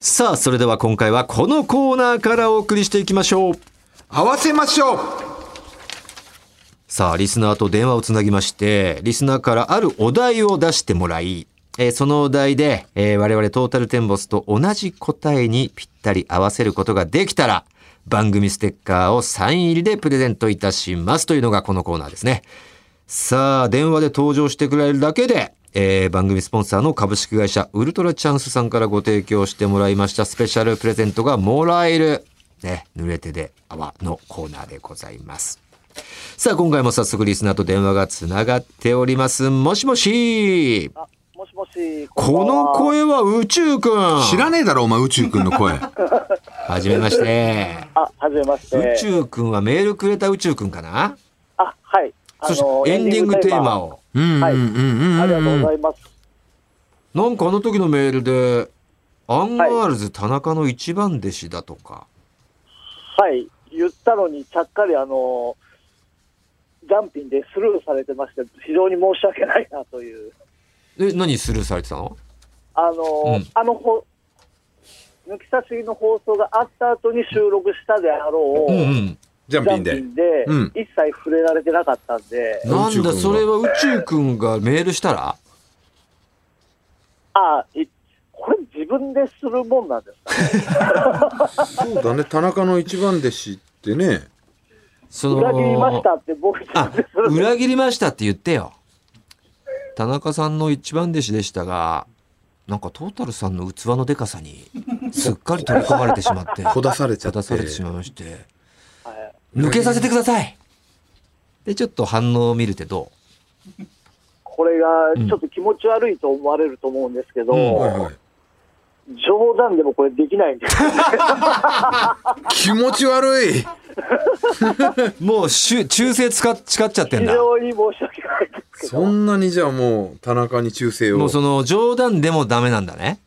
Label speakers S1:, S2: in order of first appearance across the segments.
S1: さあ、それでは今回はこのコーナーからお送りしていきましょう。
S2: 合わせましょう
S1: さあ、リスナーと電話をつなぎまして、リスナーからあるお題を出してもらい、えーそのお題で、えー我々トータルテンボスと同じ答えにぴったり合わせることができたら、番組ステッカーをサイン入りでプレゼントいたしますというのがこのコーナーですね。さあ、電話で登場してくれるだけで、えー番組スポンサーの株式会社ウルトラチャンスさんからご提供してもらいましたスペシャルプレゼントがもらえる、ね、濡れてで泡のコーナーでございます。さあ、今回も早速リスナーと電話がつながっております。もしもし
S3: あ、もしもし。
S1: こ
S3: んばん
S1: の
S3: は。
S1: 声は宇宙くん
S2: 知らねえだろお前宇宙くんの声
S1: はじめまして。
S3: あ、はじめまして。
S1: 宇宙くんはメールくれた宇宙くんかな
S3: あ、はい。あ
S1: そしてエンディングテーマ。を。
S2: うんうん
S3: はい
S2: うん
S3: ありがとう
S2: うんう
S3: ご
S2: ん
S3: ざいます。
S1: なんかあの時のメールで、アンガールズ田中の一番弟子だとか。
S3: はい。言ったのに、ちゃっかり、あの、ジャンピンでスルーされてまして、非常に申し訳ないなという。
S1: え、何スルーされてたの
S3: あの、
S1: うん
S3: あのほ、抜き差しの放送があった後に収録したであろう、
S1: うんうん。
S2: ジャ
S3: ジャ
S2: ン
S3: ン
S2: ピ
S3: ピ
S2: ンで
S3: ンで、
S2: うん
S3: 一切触れられてなかったんで、
S1: なんだ、
S2: 宇宙くんは
S1: それは宇宙くんがメールしたら
S3: あ、いこれ自分でするもんなんですか
S2: そうだね田中の一番弟子ってね
S1: そ
S3: 裏切りましたって僕自
S1: あ
S3: 分でするんです
S1: 裏切りましたって言ってよ田中さんの一番弟子でしたがなんかトータルさんの器のでかさにすっかり取り込まれてしまって
S2: ほだされちゃ
S1: 立
S2: って
S1: たされてしまいまして
S3: はい
S1: 抜けさせてくださいでちょっと反応を見るってど
S3: これがちょっと気持ち悪いと思われると思うんですけど、
S1: うん
S2: はいはい
S3: 冗談でもこれできないんですよ
S2: 気持ち悪いう
S1: もうしゅ忠誠使っ誓っちゃってん
S3: 非
S1: だ
S3: 常に申し訳ないんですけど、
S2: そんなにじゃあもう田中に忠誠
S1: も
S2: を
S1: うその冗談でもダメなんだね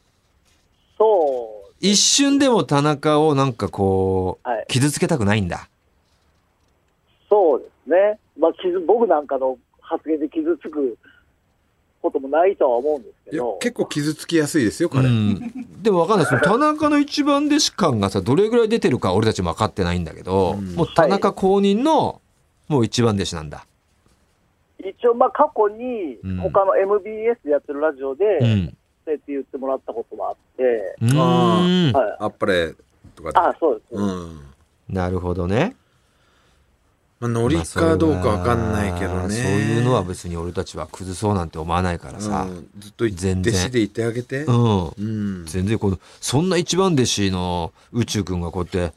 S3: そ
S1: 一瞬でも田中をなんかこう、
S3: はい
S1: 傷つけたくないんだ
S3: うそうですね、まあ、傷僕なんかの発言で傷つくこともないとは思うんです
S2: い
S3: け
S2: や
S3: ど、
S2: 結構傷つきやすいですよ
S1: う
S2: 彼
S1: ん、でも分かんないその田中の一番弟子感がさどれぐらい出てるか俺たちも分かってないんだけど、
S2: うん
S1: もう田中公認のもう一番弟子なんだ、
S3: 一応、まあ過去に
S1: うん
S3: 他の MBS でやってるラジオで、
S1: う
S3: え
S1: ん
S3: って言ってもらったこともあって、
S1: うーん
S3: はい、
S2: あっぱれとかで
S3: あそうです、
S2: うん
S1: なるほどね
S2: まあ乗りかどうかわかんないけ
S1: ま
S2: ど
S1: あ
S2: ね
S1: それはそういうのは別に俺たちは崩そうなんて思わないからさ
S2: うんずっと弟
S1: 全然
S2: 子でいてあげて
S1: うん、
S2: うん
S1: 全然このそんな一番弟子の宇宙くんがこうやって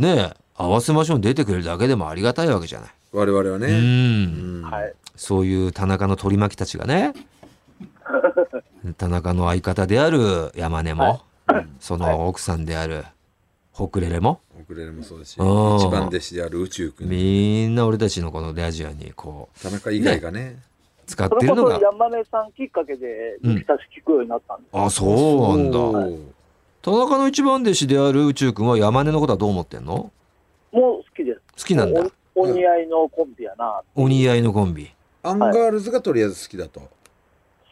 S1: ねえ合わせましょうに出てくれるだけでもありがたいわけじゃない、
S2: 我々は
S1: う
S2: ね
S1: ん
S2: うん
S3: はい、
S1: そういう田中の取り巻きたちがね田中の相方である山根も、その奥さんであるホクレレも
S2: ウクレレもそうだし一
S1: うん
S2: 番弟子である宇宙くん
S1: みんな俺たちのこのラジオにこう
S2: 田中以外がね
S1: 使っ
S3: そ
S1: て
S3: れ
S1: る
S3: こ
S1: の
S3: そ
S1: が
S3: 山根さんきっかけで、
S1: うん
S3: 抜き差し聞くようになったんです、
S1: あそうなんだ
S2: おー
S1: 田中の一番弟子である宇宙くんは山根のことはどう思ってんの
S3: もう好きです、
S1: 好きなんだ
S3: おお似合いのコンビやな、
S1: お似合いのコンビ
S2: アンガールズがとりあえず好きだと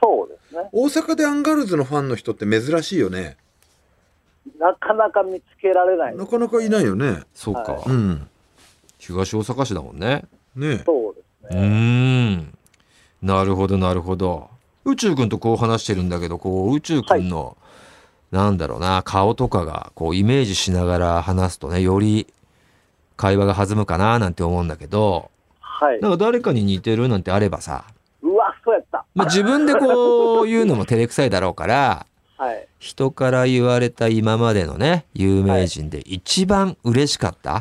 S3: そうですね。
S2: 大阪でアンガールズのファンの人って珍しいよね
S3: なかなか見つけられない。
S2: なかなかいないよね
S1: そうか、
S3: は
S2: うん
S1: 東大阪市だもんね
S2: ね
S3: そうです
S1: う
S3: ね。
S1: ーんなるほどなるほど宇宙くんとこう話してるんだけどこう宇宙くんの、なんだろうな顔とかがこうイメージしながら話すとねより会話が弾むかななんて思うんだけど
S3: はい。
S1: なんか誰かに似てるなんてあればさ、
S3: うわ、そうやった。
S1: まあ、自分でこう言うのも照れくさいだろうから
S3: はい。
S1: 人から言われた今までのね有名人で一番嬉しかった、
S3: うん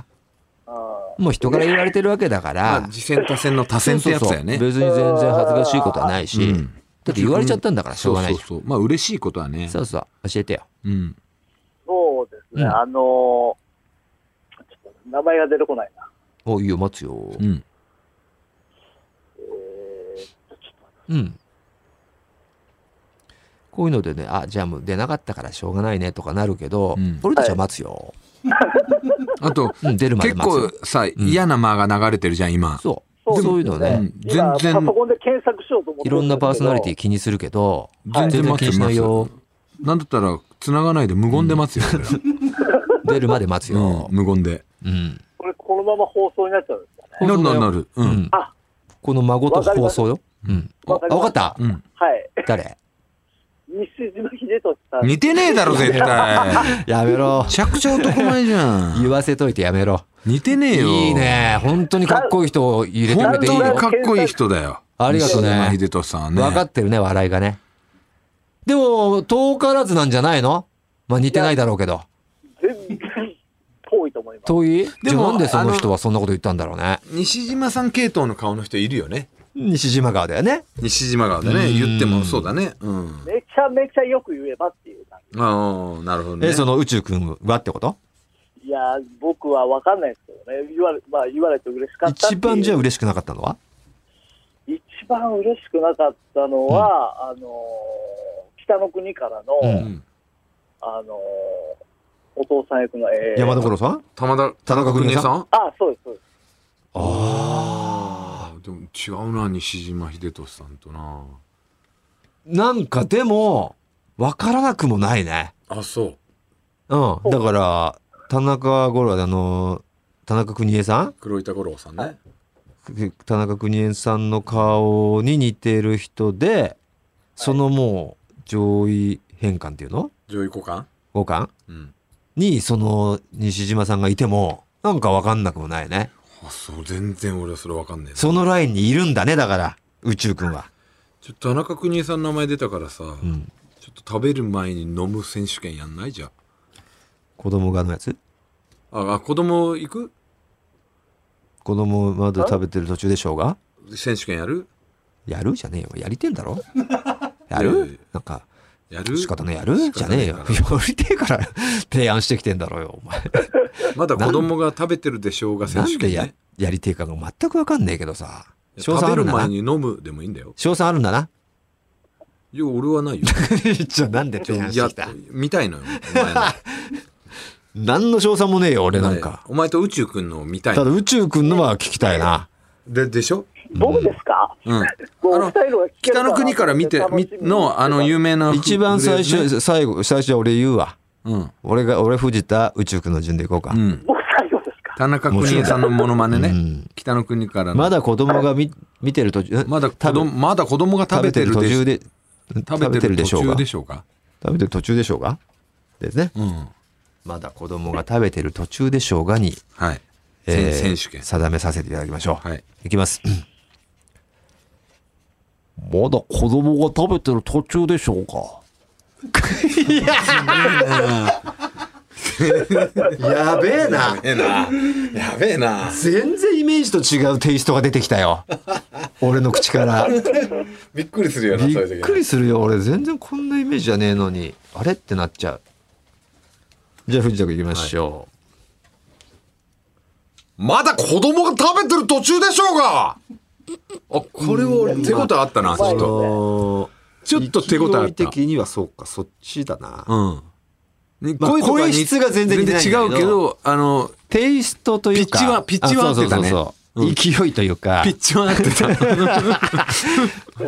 S1: もう人から言われてるわけだから、
S2: まあ次戦多戦の多戦ってやつだよね
S1: そうそうそう別に全然恥ずかしいことはないし、
S2: うん
S1: だって言われちゃったんだからしょうがない
S2: そう
S1: じゃん
S2: そうそうまあ嬉しいことはね
S1: そうそう教えてよ
S2: うん
S3: そうですね。
S1: うん
S3: あのー、ちょっと名前が出てこないな。
S1: おいいよ待つよ
S2: うん
S3: えー、ちょっ
S1: うんこういうのでねあじゃあもう出なかったからしょうがないねとかなるけど、
S2: うん
S1: 俺たちは待つよ、
S2: あと
S1: うん、出るまで
S2: 結
S1: 待つよ
S2: 構さ
S1: ん
S2: 嫌な間が流れてるじゃん今
S1: そう
S3: でも
S1: そういうの
S2: う
S3: と
S1: ね
S2: ん、
S3: 今
S2: 全然
S3: パソコンで検索しようと思って
S1: いろんなパーソナリティ気にするけど
S2: 全然
S1: 全然
S2: 待
S1: 気
S2: っ
S1: に
S2: て
S1: し
S2: ま
S1: ない
S2: す
S1: よ
S2: なんだったら
S4: 繋がないで無言で待つよ、俺ら
S1: 出るまで待つよ
S4: う。ん無言で。
S1: うん。
S3: これ、このまま放送になっちゃうんですかね。
S4: なるなるなる。
S1: う
S4: う。
S1: んん
S3: あ。
S1: この孫と放送よ。うん。あ、
S3: わかりま
S1: わかっ
S3: した
S1: た
S4: うん。
S3: はい。
S1: 誰
S3: 西島秀俊さん。
S4: 似てねえだろ、絶対。め
S1: やめろ。
S4: ちゃくちゃ男前じゃん。
S1: 言わせといてやめろ。
S4: 似てねえよ。
S1: いい。ね。本当にかっこいい人を入れてく
S4: 本
S1: れていい
S4: 当
S1: よ
S4: に。かっこいい人だよ。
S1: ありがとうね
S4: 西島秀俊さんはね。
S1: 分かってるね、笑いがね。でも、遠からずなんじゃないのまあ似てないだろうけど。
S3: 全然遠いと思います。
S1: 遠い
S4: で
S1: じゃあ
S4: も
S1: なんでその人はそんなこと言ったんだろうね。
S4: 西島さん系統の顔の人いるよね。
S1: 西島川だよね。
S4: 西島川でね。
S1: うん
S4: 言ってもそうだね。うん。
S3: めちゃめちゃよく言えばっていう感
S4: ああ、なるほどね。
S1: え、その宇宙くんはってこと
S3: じ。いやー、僕は分かんないですけどね。言われ、まあ言われて嬉しかったって
S1: 一
S3: いう。
S1: 番じゃあ嬉しくなかったのは
S3: 一番嬉しくなかったのは、あのー北の国からの、
S1: うん
S4: うん
S3: あのーお父さん役の、えー
S1: 山田五郎さん
S4: 玉田、
S1: 田中邦衛さ
S4: ん
S3: あ、そうです、そうで
S1: ああ。
S4: あでも違うな、西島秀俊さんとな。
S1: なんかでも、わからなくもないね。
S4: あ、そう。
S1: うん。だから、田中五郎はあの、田中邦衛さん
S4: 黒板五郎さんね。
S1: 田中邦衛さんの顔に似てる人で、そのもう上位変換っていうの
S4: 上位互換
S1: 互換
S4: うん。
S1: にその西島さんがいてもなんか分かんなくもないね
S4: あ、そう、全然俺はそれわかんねえな。
S1: そのラインにいるんだねだから宇宙くんは、
S4: ちょっと田中邦衛さんの名前出たからさ、
S1: うん、
S4: ちょっと食べる前に飲む選手権やんないじゃん。
S1: 子供がのやつ
S4: あ、あ子供行く
S1: 子供まだ食べてる途中でしょうが
S4: 選手権やる
S1: やるじゃねえよやりてんだろや
S4: いやいや
S1: るなんか
S4: やる
S1: 仕方ねえやる
S4: 仕
S1: じゃ
S4: 方
S1: ね
S4: ね
S1: え
S4: え
S1: よ
S4: か
S1: や
S4: ら
S1: りてえから提案してきてんだろうよお前
S4: まだ子供が食べてるでしょうが選
S1: な
S4: 手
S1: んで
S4: 権
S1: や
S4: ね。
S1: やりてえかが全く分かんねえけどさ賞
S4: 食
S1: 賛あ
S4: べ
S1: る
S4: る
S1: んだ
S4: 前
S1: な
S4: に飲むでもいいんだよ。
S1: 賞賛あるんだな
S4: いや、俺はないよ。
S1: じゃあなんで提案
S4: い
S1: して
S4: や
S1: きた、
S4: 見たいのよ。お前の
S1: 何の賞賛もねえよ俺なんか
S4: お前と宇宙くんのを見たい
S1: ただ
S4: の。
S1: 宇宙くんのは聞きたいな
S4: で、でしょ
S3: す。どうですか、
S4: うん。あ
S3: もうお
S4: の
S3: 二人、のが聞ける
S4: 北の国から見て、みの、あの、有名な。
S1: 一番最
S4: フレーズ
S1: 初、
S4: ね。
S1: 最後、最初は俺言うわ。
S4: うん。
S1: 俺が、俺藤田宇宙くんの順でいこうか。
S4: うん。
S3: 僕最後ですか
S4: 田中邦衛さんのモノマネ
S1: う
S4: ね。
S1: ん
S4: 北の国からの。
S1: まだ子供が見見てる途中、
S4: まだ子
S1: 食べ
S4: 供、まだ子供が食
S1: 食
S4: べ
S1: べ
S4: て
S1: て
S4: る
S1: る途
S4: で
S1: 中
S4: し
S1: で、
S4: 食べてる
S1: で
S4: 途
S1: しょう
S4: 中
S1: が
S4: で。しょうか。
S1: 食べてる途中でしょうがですね。
S4: うん。
S1: まだ子供が食べてる途中でしょうがに、
S4: はい。
S1: えー
S4: 選手権。
S1: 定めさせていただきましょう。
S4: はい。
S1: いきます。 まだ子供が食べてる途中でしょうか。やべえな。
S4: ええな。やべえな。
S1: 全然イメージと違うテイストが出てきた よ俺の口から
S4: びっくりするよな、そうい
S1: びっ
S4: う
S1: く
S4: 時
S1: りするよ俺全然こんなイメージじゃねえのにあれってなっちゃうじゃあ藤田君いきましょ
S4: まだ子供が食べてる途中でしょうがあ、これは手応えあったな、ち
S1: う、
S4: ょっ
S3: まあ
S4: と。
S1: その
S4: ちょっと手応えあっ
S1: 勢
S4: た
S1: い的にはそうかそっちだな、
S4: うん。ね
S1: まあ
S4: 声とか
S1: 声質が全然似てないんだけど
S4: 全然違うけど、あの、
S1: テイストというか
S4: ピッチはピッチは
S1: あそうそう
S4: 合ってたね
S1: そうそう勢いというか
S4: ピッチは合ってた。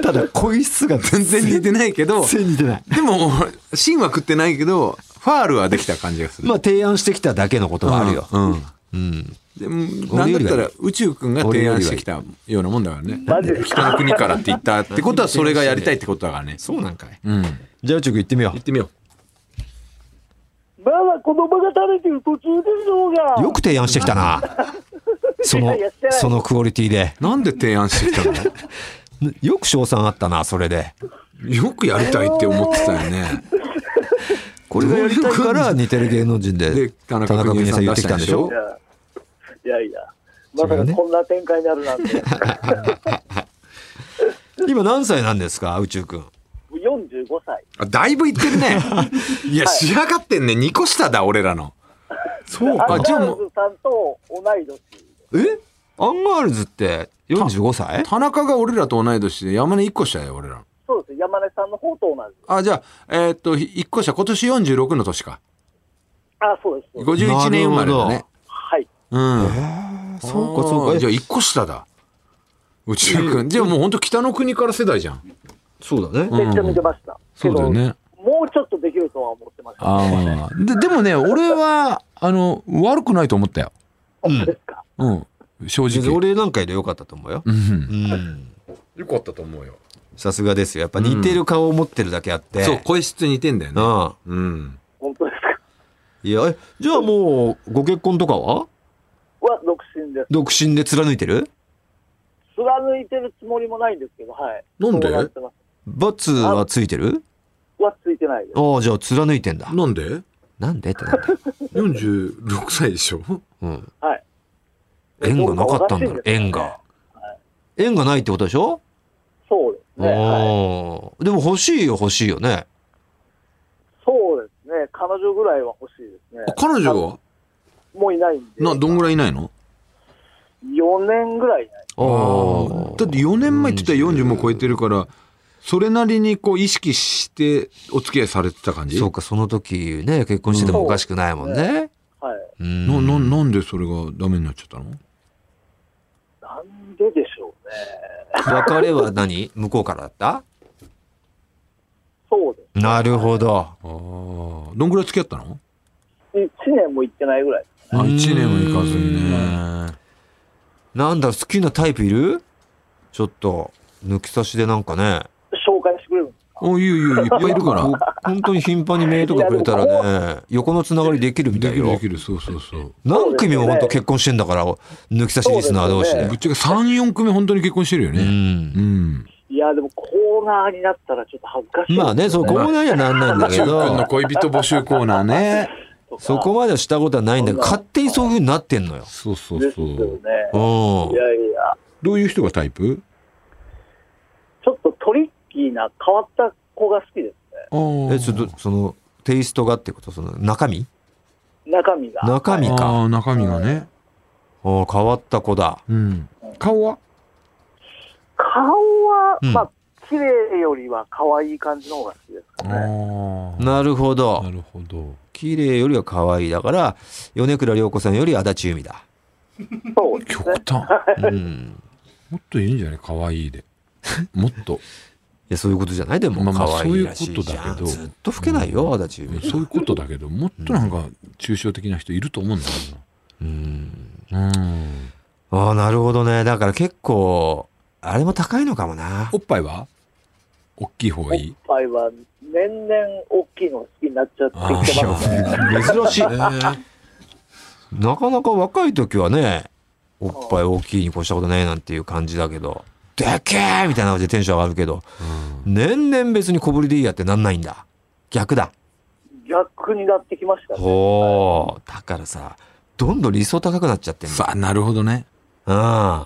S1: ただ声質が
S4: 全然似てない けど、
S1: 全然似てない
S4: でも、芯は食ってないけど、ファールはできた感じがする。
S1: まあ提案してきただけのことはあるよ、
S4: うん。
S1: うん、
S4: でもな
S1: 俺
S4: ん
S1: よ
S4: だっ
S1: りは
S4: たら宇宙くんが提案してきたようなもんだからね。
S3: マジです
S4: 北の国からって言ったってことはそれがやりたいってことだからね。
S1: そうなんかい
S4: うん。行
S1: じゃあ宇宙君行ってみよ
S4: ってみよ
S3: まだ子供が食べてる途中でしょうが。
S1: うよく提案してきたなそ
S3: い
S1: の
S3: やいやしてない
S1: そのクオリティで
S4: う。なんで提案してきたの
S1: よく賞賛あったな、それで。
S4: よくやりたいって思ってたよね。
S1: これがやりたいから似てる芸能人で
S4: で
S1: 田
S4: 田
S1: 中
S4: 中
S1: 邦
S4: 邦
S1: 衛さん言
S4: 衛さん言
S1: っ
S4: って
S1: き
S4: て
S1: た
S4: きた
S1: ん
S4: ん
S1: で
S4: で
S1: し
S4: し
S1: ょ
S4: ょ
S3: いやいやいや。ま
S1: 違
S3: さ
S1: う
S3: か
S1: ね
S3: こんな展開になる なんて。
S1: 今何歳なんですか宇宙くん。
S3: 45歳。
S4: あだいぶいってる ね。いや、仕上がってんね。2個下だ、俺らの。
S1: そう
S3: アン
S1: じゃ
S3: ガ
S1: あも
S3: ー
S1: う、
S3: ルズさんと同い年。
S1: えアンガールズって45歳
S4: 田中が俺らと同い年で、山根1個下だよ、俺らの。
S3: そうです。山根さんの方と同じ。
S4: あ、じゃあ、えーっと、1個下、今年46の年か。
S3: あ、そうです。そうです
S4: 51年生まれだね。
S3: はい。
S4: うん。
S1: そうかそう
S4: あー
S1: か。
S4: じゃ
S1: え
S4: あ一個下だ。宇宙くん。じゃあもう本当北の国から世代じゃん。
S1: そうだね。
S3: めっちゃ見てました。
S4: そうだよね
S3: けど。もうちょっとでききるとは思ってました。
S5: ああ。で、でもね、俺は、あの、悪くないと思ったよ。
S1: うん
S3: ですか。
S5: うん。正
S1: 全然
S5: 直。
S1: 俺なんかより良かったと思うよ。
S5: うん。
S1: うん。
S2: よかったと思うよ。
S1: さすがですよ。やっぱ似てる顔を持ってるだけあって。
S4: そう、声質似てんだよね。
S1: なあ。
S4: うん。
S3: 本当ですか。
S1: いや、えじゃあもう、ご結婚とかは
S3: は独身です。
S1: 独身で貫いてる
S3: 貫いてるつもりもないんですけど、はい。
S4: なんで
S3: そうってます
S1: 罰はついてる
S3: はついてないです。
S1: ああ、じゃあ貫いてんだ。
S4: なんで
S1: なんでってなった。
S4: ?46 歳でしょ
S1: うん。
S3: はい。
S1: 縁がなかったんだろ
S3: どうかおかしいんですよね、
S1: 縁が。縁がないってことでしょ
S3: そうです
S1: ああ
S3: ね。はい。
S1: でも欲しいよ、欲しいよね。
S3: そうですね。彼女ぐらいは欲しいですね
S4: あ。彼女は
S3: もういないんで。
S4: な、どんぐらいいないの
S3: 4年ぐらいいない。
S1: ああ。
S4: だって4年前って言ったら40も超えてるから、それなりにこう意識してお付き合いされてた感じ
S1: そうか、その時ね、結婚しててもおかしくないもんね。
S3: はい。
S1: うん
S4: な、な、なんでそれがダメになっちゃったの
S3: なんででしょうね。
S1: 別れは何向こうからだった
S3: そうで
S1: なるほど。
S4: ああ。どんぐらい付き合ったの
S3: す。1年も行ってないぐらい。
S4: あ、1年もいかず
S1: う
S4: にね。
S1: なんだろう、好きなタイプいるちょっと、抜き差しでなんかね。
S3: 紹介してくれるんで
S4: お、いいよいいよ、いっぱいいるから。
S1: こう本当に頻繁にメールとかくれたらね、横のつながりできるみたい
S4: できるで
S1: よ
S4: き。る、そうそうそう。
S1: 何組も本当結婚してんだから、抜き差しリスナー同士
S3: そう
S1: で
S4: ぶっ。ちゃけ3、4組本当に結婚してるよ
S1: う
S4: ね。
S1: ん。
S4: うん。
S3: す。いや、でもコーナーになったらちょっと恥ずかしいです、
S1: まあね、そう、ここまではなんないんだけ
S4: 中君の
S1: ど、
S4: 恋人募集コーナーね。
S3: とか
S1: そこまではしたことはないんだけど、勝手にそういう風になってんのよ。
S4: そうそ
S3: で
S4: う
S3: す
S4: そ
S3: よね
S4: う。。
S1: うん
S3: い。やいや、
S4: どういう人がタイプ
S3: ちょっとトリッキーな変わった子が好きです
S4: あー
S1: え、ちょっと、その、テイストがってことその、中身
S3: ね。中身が。
S1: 中身か。
S4: あー中身がね。
S1: お変わった子だ。
S4: うん。顔は
S3: 顔は、
S1: うん
S3: まあ、綺麗よりは可愛い感じの方が好きです
S4: あ
S3: か
S4: あ
S3: ね。
S4: ー。
S1: なるほど
S4: な。るほど。
S1: 綺麗よりは可愛いだから米倉涼子さんより足立由美だ。
S3: そうです
S4: 極
S3: ね。
S4: 端。
S1: うん、
S4: もっといいんじゃない可愛いで。もっと。
S1: いやそういうことじゃないでも
S4: まあまあ
S1: 可愛いらしい
S4: そう
S1: じ
S4: いうこ
S1: ゃん。
S4: とだけど
S1: ずっと老けないよ足立由美。
S4: そういうことだけど、もっとなんか抽象的な人いると思うんだ
S1: うん、
S4: けどな。うん。
S1: ああなるほどね。だから結構あれも高いのかもな
S4: お。っぱいは大きい方がいい
S3: おっぱいは年々大きいのが好きになっちゃってきてますね。
S1: 珍しい。なかなか若い時はねおっぱい大きいに越したことないなんていう感じだけど。でけえみたいな感じでテンション上がるけど、年々別に小ぶりでいいやってなんないんだ逆だ
S3: 逆になってきましたね。
S1: ほうだからさどんどん理想高くなっちゃってん
S4: さあ、なるほどね。
S1: だうん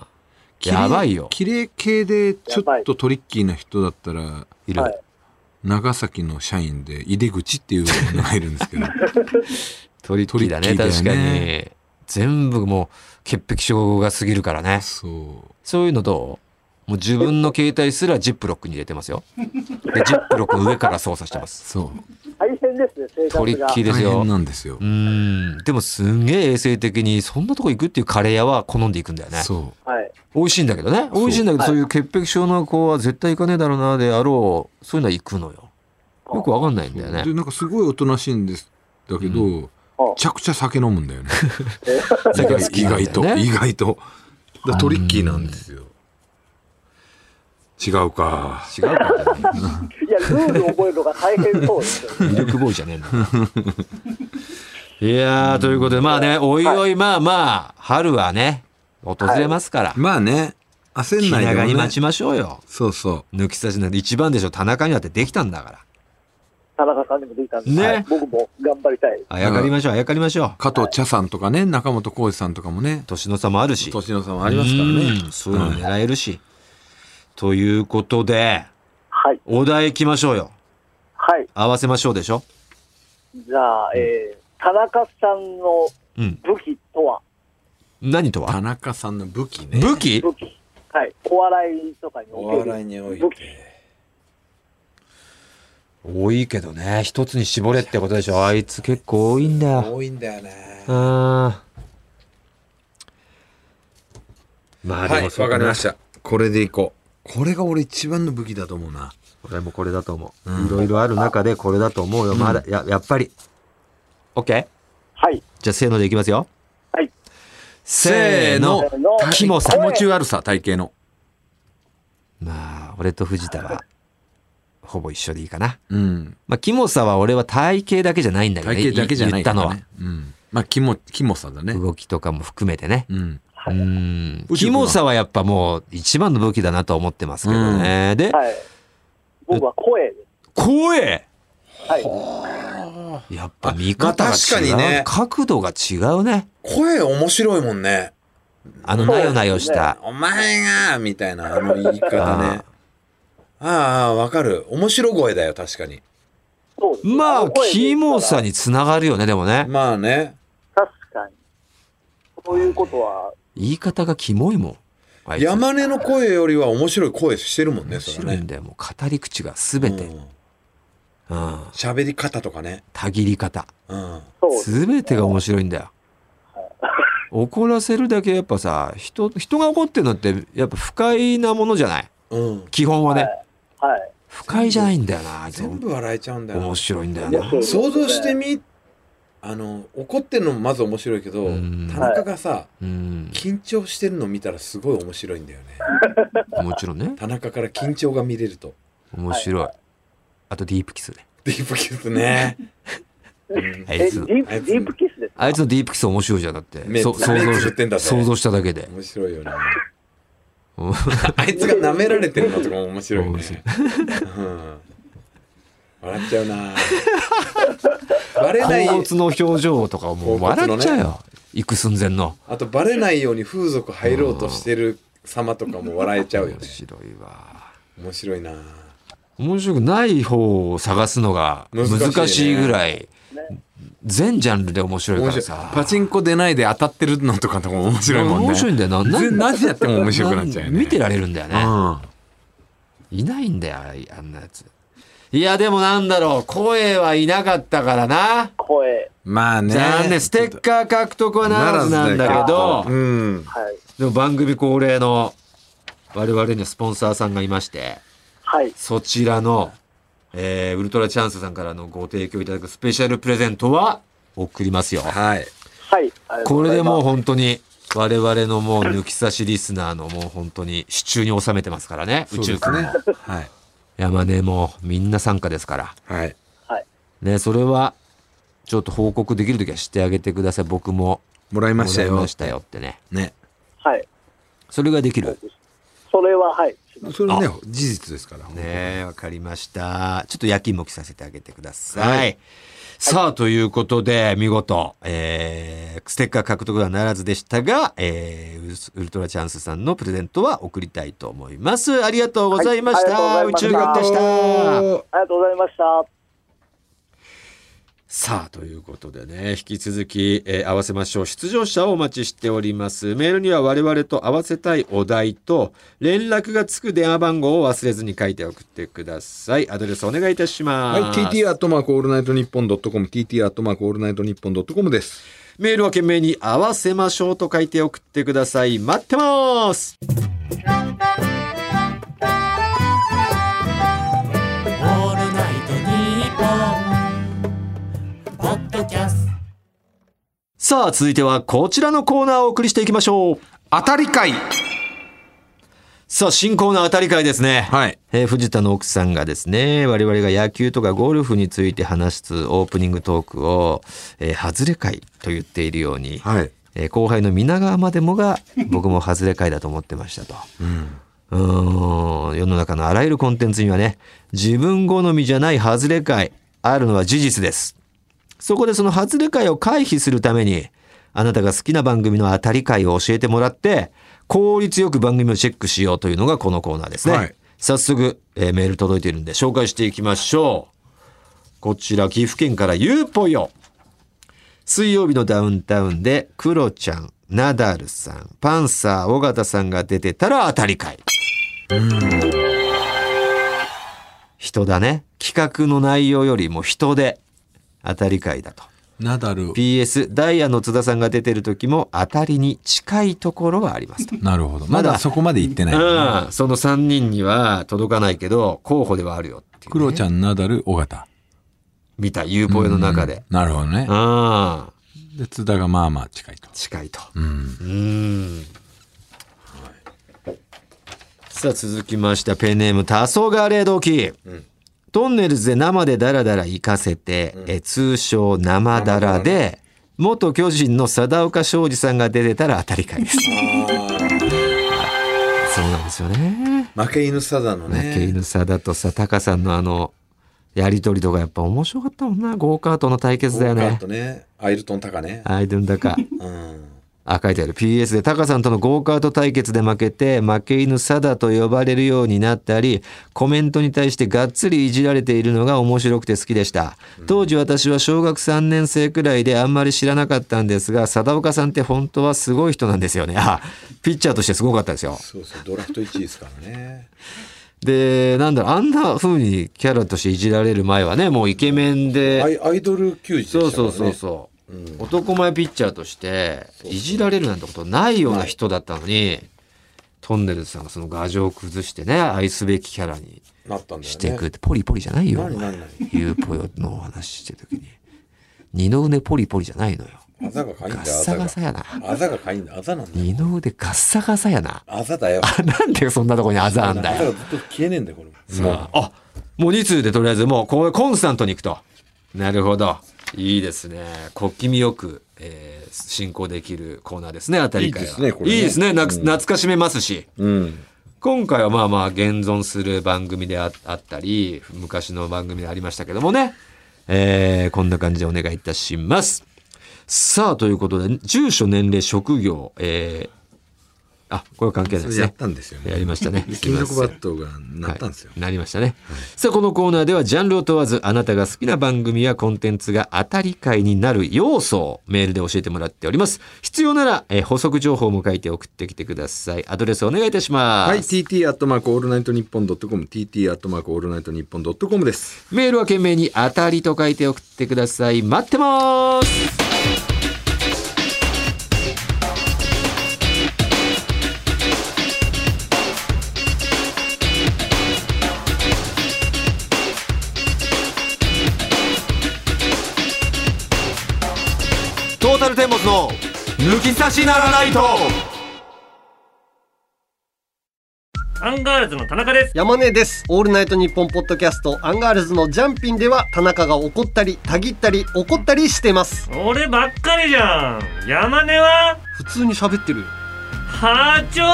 S1: やばいよ
S4: 綺麗系でちょっとトリッキーな人だったら
S1: いる、
S3: はい
S4: 長崎の社員で井出口っていうのがいるんで すけど
S1: トリッキーだね
S4: トリッキー
S1: 確
S4: だよ
S1: かに
S4: ね
S1: 全部もう潔癖症が過ぎるからね
S4: そう
S1: そういうのどうもう自分の携帯すらジップロックに入れてますよでジップロックの上から操作してます
S4: そう
S3: 大変ですね、生
S1: トリ
S3: 活が
S1: ッ。キーで
S4: 大
S1: すよ
S4: 変なんですよ
S1: うんでもすんげえ衛生的にそんなとこ行くっていうカレー屋は好んでいくんだよね
S4: そ
S3: はい。
S1: 美味しいんだけどね美味しいんだけどそういう潔癖症の子は絶対行かねえだろうなであろうそういうのは行くのよよくわかんないん
S4: う
S1: だよ
S4: で
S1: ね
S4: なんかすごいおとなしいんですだけど、めちゃくちゃ酒飲むんだよね
S1: 酒が好き
S4: 意
S1: なんだよね
S4: 外と意外とだからトリッキーなんですよ違うか
S1: 違うかってね
S3: いや、ルール覚えるのが大変そうですよ ね。
S1: ミルクボーイじゃねえんだいやーということでまあねおいおいまあまあ春はね訪れますから
S4: まあね焦
S1: 気
S4: んないで
S1: 長に
S4: もね
S1: 待ちましょうよ
S4: そうそ
S1: 抜き差しなんて一番でしょ田中にだってできたんだから
S3: 田中さんにもできたんで、
S1: ね
S3: はい僕も頑張りたいです。
S1: あやかりましょうあやかりましょう
S4: う加藤茶さんとかね中本浩二さんとかもね
S1: 年の差もあるし
S4: 年の差もありますからね
S1: うんそういうの狙えるしということで
S3: はい。
S1: お題いきましょうよ
S3: はい。
S1: 合わせましょうでしょ
S3: じゃあ、えー、田中さんの
S1: うん
S3: 武器とは、
S1: 何と
S4: 田
S1: は
S4: 中さんの武器ね
S1: 武器
S3: 武器。はい。お笑いとかにおける。武器。
S1: 多いけどね一つに絞れってことでしょあいつ結構多いんだよ
S4: いんだよね
S1: あーまあ
S4: はい
S1: で
S4: わ
S1: もそう
S4: かりま
S1: な
S4: したこれでいこうこれが俺一番の武器だと思うな
S1: 俺もこれだと思う。いろいろある中でこれだと思うよ。まだ、や、やっぱり。OK?
S3: はい。
S1: じゃあせーのでいきますよ。
S3: はい。
S1: せーの。
S3: せーの
S1: キモさ
S5: 気。持ち悪さ、体型の。
S1: まあ、俺と藤田は、ほぼ一緒でいいかな。
S5: うん。
S1: まあ、キモさは俺は体型だけじゃないんだけどね。
S5: 体型だけじゃない
S1: 言ったのは。
S5: うん。まあ、キモ、キモさだね。
S1: 動きとかも含めてね。
S5: うん。
S1: うーん。
S5: 宇宙
S1: キ
S5: 君は
S1: モさはやっぱもう一番の武器だなとは思ってますけどね。で、
S3: はい。僕は声で
S1: 声
S3: す。はい。
S1: やっぱ見方が違う、
S2: まあ確かにね
S1: 角度が違うね。
S2: 声面白いもんね。
S1: あの、なよなよした。
S2: お前がみたいな、あの言い方ね。ああ、わかる。面白声だよ、確かに。
S3: そうですね。
S1: まあ、
S3: 声で言
S1: キ
S3: ったら
S1: モさにつながるよね、でもね。
S2: まあね。
S3: 確かに。そういうことは、
S1: 言い方がキモいもん。あいつ
S2: 山根の声よりは面白い声してるもんね、
S1: 面
S2: それ
S1: 白いん
S2: ね。
S1: だよ。もう語り口がすべて。
S2: うん
S1: うん。
S2: 喋り方とかね。
S1: たぎり方。
S2: うん。
S3: そうです
S1: すべてが面白いんだよ。怒らせるだけやっぱさ、人、人が怒ってるのってやっぱ不快なものじゃない
S2: うん。
S1: 基本はね。
S3: はい。
S1: 不快じゃないんだよな、あいつ
S2: 全部笑えちゃうんだよな
S1: 面白いんだよ
S3: いや
S1: な
S3: そ。う
S2: 想像してみあの怒ってるのもまず面白いけど
S1: うん
S2: 田中がさ
S1: うん。
S2: 緊張してるの見たらすごい面白いんだよね
S1: もちろんね。
S2: 田中から緊張が見れると
S1: 面白い。あとディープキスね。
S2: ディープキス ね、うん
S1: あ
S3: え、デ
S1: い
S3: ィ
S1: つ。
S3: ープ
S2: あいつ
S3: ディープキスですか
S1: あいつのディープキス面白いじゃんだって。
S2: 目
S1: そ
S2: 目
S1: 想像
S2: つぶってんだ
S1: し
S2: ぜ
S1: 想像しただけで。
S2: 面白いよね
S1: うん
S2: あいつが舐められてるのとかも面白いよ
S1: 面
S2: ね
S1: 白い、
S2: うん、笑っちゃうなバレない
S1: 甲骨の表情とかもう
S2: 甲骨
S1: 笑
S2: の
S1: っ
S2: ね
S1: ちゃうよ。行く寸前の。
S2: あとバレないように風俗入ろうとしてる様とかも笑えちゃうよ
S1: 面
S2: ね
S1: 白いわ。
S2: 面白いな
S1: 面白くない方を探すのが
S2: 難しいね
S1: 難しいぐらい、全ジャンルで面白いか
S4: 面
S1: ら
S4: 白い
S1: さ。
S4: パチンコ出ないで当たってるのとかのとかも面白いもんね
S1: 面白いんだよな。
S4: 全然何やっても面白くなっちゃうよね
S1: 見てられるんだよね。いないんだよ、あいあんなやつ。いや、でもなんだろう、声はいなかったからな。
S3: 声。
S4: うんまあね
S1: 残念、ステッカー獲得はならずなんだけど、
S4: うん
S3: はい。
S1: でも番組恒例の我々にはスポンサーさんがいまして、
S3: はい。
S1: そちらの、えー、ウルトラチャンスさんからのご提供いただくスペシャルプレゼントは送りますよ。
S2: はい
S3: はい。ありがとう
S1: こ
S3: ご
S1: れ
S3: ざ
S1: で
S3: い
S1: もう
S3: ます
S1: 本当に我々のもう抜き差しリスナーのもう本当に支柱に収めてますからね。宇宙君も、
S2: はい
S1: 山根もみんな参加ですから。
S2: はい
S3: はい。
S1: ね、それはちょっと報告できる時はしてあげてください。僕も
S4: もらい
S1: も
S4: ました
S1: らい
S4: よ
S1: ましたよってね。
S4: ね
S3: はい。
S1: それができる。
S3: それは、はい。します
S4: それね事実ですから
S1: ねえ、わかりました。ちょっと夜勤も着させてあげてください。さあ、ということで、見事、えー、ステッカー獲得はならずでしたが、えーウルス、ウルトラチャンスさんのプレゼントは送りたいと思います。ありがとうございました。
S3: はいあり
S1: 宇
S3: がと
S1: 宙
S3: うご
S1: 軍
S3: ざいま
S1: でし
S3: した
S1: た。
S3: ありがとうございました。
S1: さあ、ということでね、引き続き、えー合わせましょう。出場者をお待ちしております。メールには我々と合わせたいお題と、連絡がつく電話番号を忘れずに書いて送ってください。アドレスお願いいたしま
S4: は
S1: す。
S4: い TT アットマークオールナイトニッポンドットコム TT アットマークオールナイトニッポンドットコムです
S1: メールは懸命に合わせましょうと書いて送ってください。待ってますさあ、続いてはこちらのコーナーをお送りしていきましょう。
S4: 当たり会
S1: さあ、新コーナー当たり会ですね。
S4: はい
S1: えー藤田の奥さんがですね、我々が野球とかゴルフについて話すオープニングトークを、えー、外れ会と言っているように、
S4: はい
S1: えー後輩の皆川までもが僕も外れ会だと思ってましたと。うーん世の中のあらゆるコンテンツにはね自分好みじゃない外れ会あるのは事実です。そこでその外れ会を回避するためにあなたが好きな番組の当たり会を教えてもらって効率よく番組をチェックしようというのがこのコーナーですね。
S4: はい
S1: 早速、えーメール届いているんで紹介していきましょう。こちら岐阜県からゆうぽよ。水曜日のダウンタウンでクロちゃんナダルさんパンサー尾形さんが出てたら当たり会人だね企画の内容よりも人で当たり会だと
S4: ナダル。
S1: PS ダイヤの津田さんが出てる時も当たりに近いところはありますと。
S4: なるほど。
S1: ま
S4: ま
S1: だ
S4: だそこまで行ってない。
S1: うん、その3人には届かないけど候補ではあるよっていう、ね、
S4: クロちゃん、ナダル、尾形。
S1: 見た U ポエの中で、
S4: うん。なるほどね
S1: う。ん、
S4: で、津田がまあまあ近いと。
S1: 近いと。
S4: うん。
S1: うんさあ続きましてペンネーム「黄昏冷凍機」
S2: うん
S1: トンネルズで生でダラダラ行かせて、え通称生ダラで元巨人の貞岡庄司さんが出てたら当たり会ですそうなんですよね
S2: 負け犬サザのね。
S1: 負け犬貞とさタカさんのあのやり取りとかやっぱ面白かったもんなゴーカートの対決だよ
S2: ウォーカーと
S1: ね
S2: ね。アイルトンタカね。
S1: アイドゥンダカ
S2: うん。
S1: あ、書いてある。PS でタカさんとのゴーカート対決で負けて、負け犬サダと呼ばれるようになったり、コメントに対してがっつりいじられているのが面白くて好きでした。当時私は小学3年生くらいであんまり知らなかったんですが、貞岡さんって本当はすごい人なんですよね。あ、ピッチャーとしてすごかったですよ。
S2: そうそう、ドラフト1位ですからね。
S1: で、なんだろう、あんな風にキャラとしていじられる前はね、もうイケメン
S2: アイ
S1: で、
S2: アイドル球児で
S1: そう
S2: したから
S1: そ
S2: ね。
S1: うそうそ
S2: う
S1: う、
S2: ん
S1: 男前ピッチャーとしていじられるなんてことないような人だったのに、トンネルズさんがその牙城を崩してね愛すべきキャラに
S2: なったんだよね。
S1: していくって、ポリポリじゃないよ
S2: 何何何
S1: ゆうぽよのお話してる時に二の腕ポリポリじゃないのよ
S2: あざがかいんだ
S1: ガッ
S2: よ、あ
S1: サ
S2: ざが
S1: ガ。サやな
S2: あざがかいんだ、あざなんだよ。
S1: 二の腕ガッサガサやな
S2: あざだよ。
S1: なんでそんなとこにあざあんだ
S2: あざ
S1: よ
S2: がずっと消えねえんだよ、これ。
S1: さああもう2通でとりあえずもうこうコンスタントにいくとなるほどいいですね小気味よく、えー進行できるコーナーですね当たり会
S2: いで
S1: はい
S2: すねこれね
S1: いいですねな
S2: うん
S1: 懐かしめますし、
S2: うん。
S1: 今回はまあまあ現存する番組でああったり昔の番組でありましたけどもね、えーこんな感じでお願いいたしますさあということで住所年齢職業、えーあこれは関係ないです
S2: や
S1: ね
S2: ったんですよ
S1: や
S2: ね。
S1: りました ね
S2: 金属バットがなったんですよ
S1: はい。なりましたね、さあこのコーナーではジャンルを問わずあなたが好きな番組やコンテンツが当たり会になる要素をメールで教えてもらっております必要なら、えー補足情報も書いて送ってきてくださいアドレスお願いいたします、
S4: はい、TT アットマークオールナイトニッポンドットコム、TT アットマークオールナイトニッポンドットコムです。
S1: メールは懸命に当たりと書いて送ってください待ってますトータルテンボスの抜き差しならないと
S6: アンガールズの田中です。
S7: 山根です。オールナイトニッポンポッドキャストアンガールズのジャンピンでは田中が怒ったり、たぎったり、怒ったりしてます。
S6: 俺ばっかりじゃん。山根は
S7: 普通に喋ってるよ。
S6: 波長を合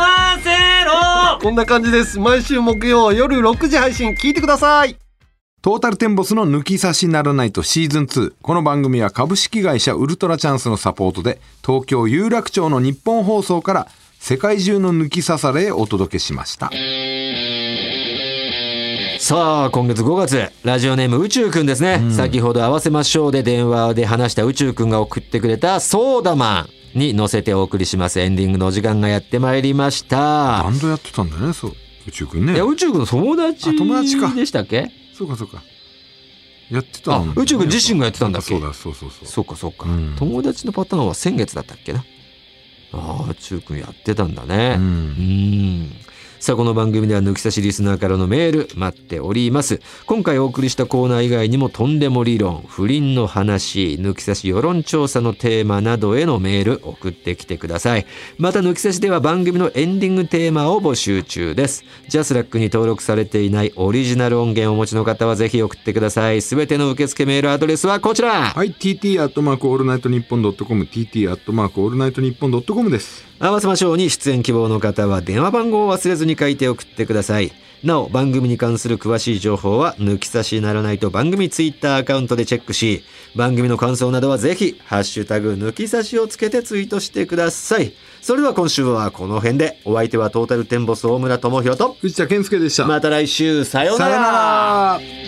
S6: わ
S7: こんな感じです。毎週木曜夜6時配信聞いてください。
S4: トータルテンボスの抜き差しならないとシーズン2。この番組は株式会社ウルトラチャンスのサポートで、東京有楽町の日本放送から世界中の抜き差されへお届けしました。
S1: さあ今月5月ラジオネーム宇宙くんですね、先ほど「合わせましょう」で電話で話した宇宙くんが送ってくれた「ソーダマン」に乗せてお送りしますエンディングのお時間がやってまいりました
S4: バンドやってたんだよね、そう。宇宙くんね
S1: いや。宇宙くんの友達
S4: あ友達か
S1: でしたっけ
S4: そうかそうか。やってたんだよね
S1: あ宇宙くん自身がやってたんだっけ
S4: そうだ、そうそうそう。
S1: そうかそうか、
S4: うん
S1: 友達のパターンは先月だったっけなああ宇宙くんやってたんだ
S4: う
S1: ね
S4: ん
S1: う。んさあこの番組では抜き差しリスナーからのメール待っております今回お送りしたコーナー以外にもとんでも理論不倫の話抜き差し世論調査のテーマなどへのメール送ってきてくださいまた抜き差しでは番組のエンディングテーマを募集中ですジャスラックに登録されていないオリジナル音源をお持ちの方はぜひ送ってくださいすべての受付メールアドレスはこちら
S4: はい、TT アットマークオールナイトニッポンドットコム、TT アットマークオールナイトニッポンドットコムです。
S1: 合わせましょうに出演希望の方は電話番号を忘れずに書いて送ってくださいなお番組に関する詳しい情報は抜き差しならないと番組ツイッターアカウントでチェックし番組の感想などはぜひハッシュタグ抜き差しをつけてツイートしてくださいそれでは今週はこの辺でお相手はトータルテンボス大村智広と
S4: 藤田健介でした。
S1: また来週さような
S4: さよな
S1: ら
S4: ら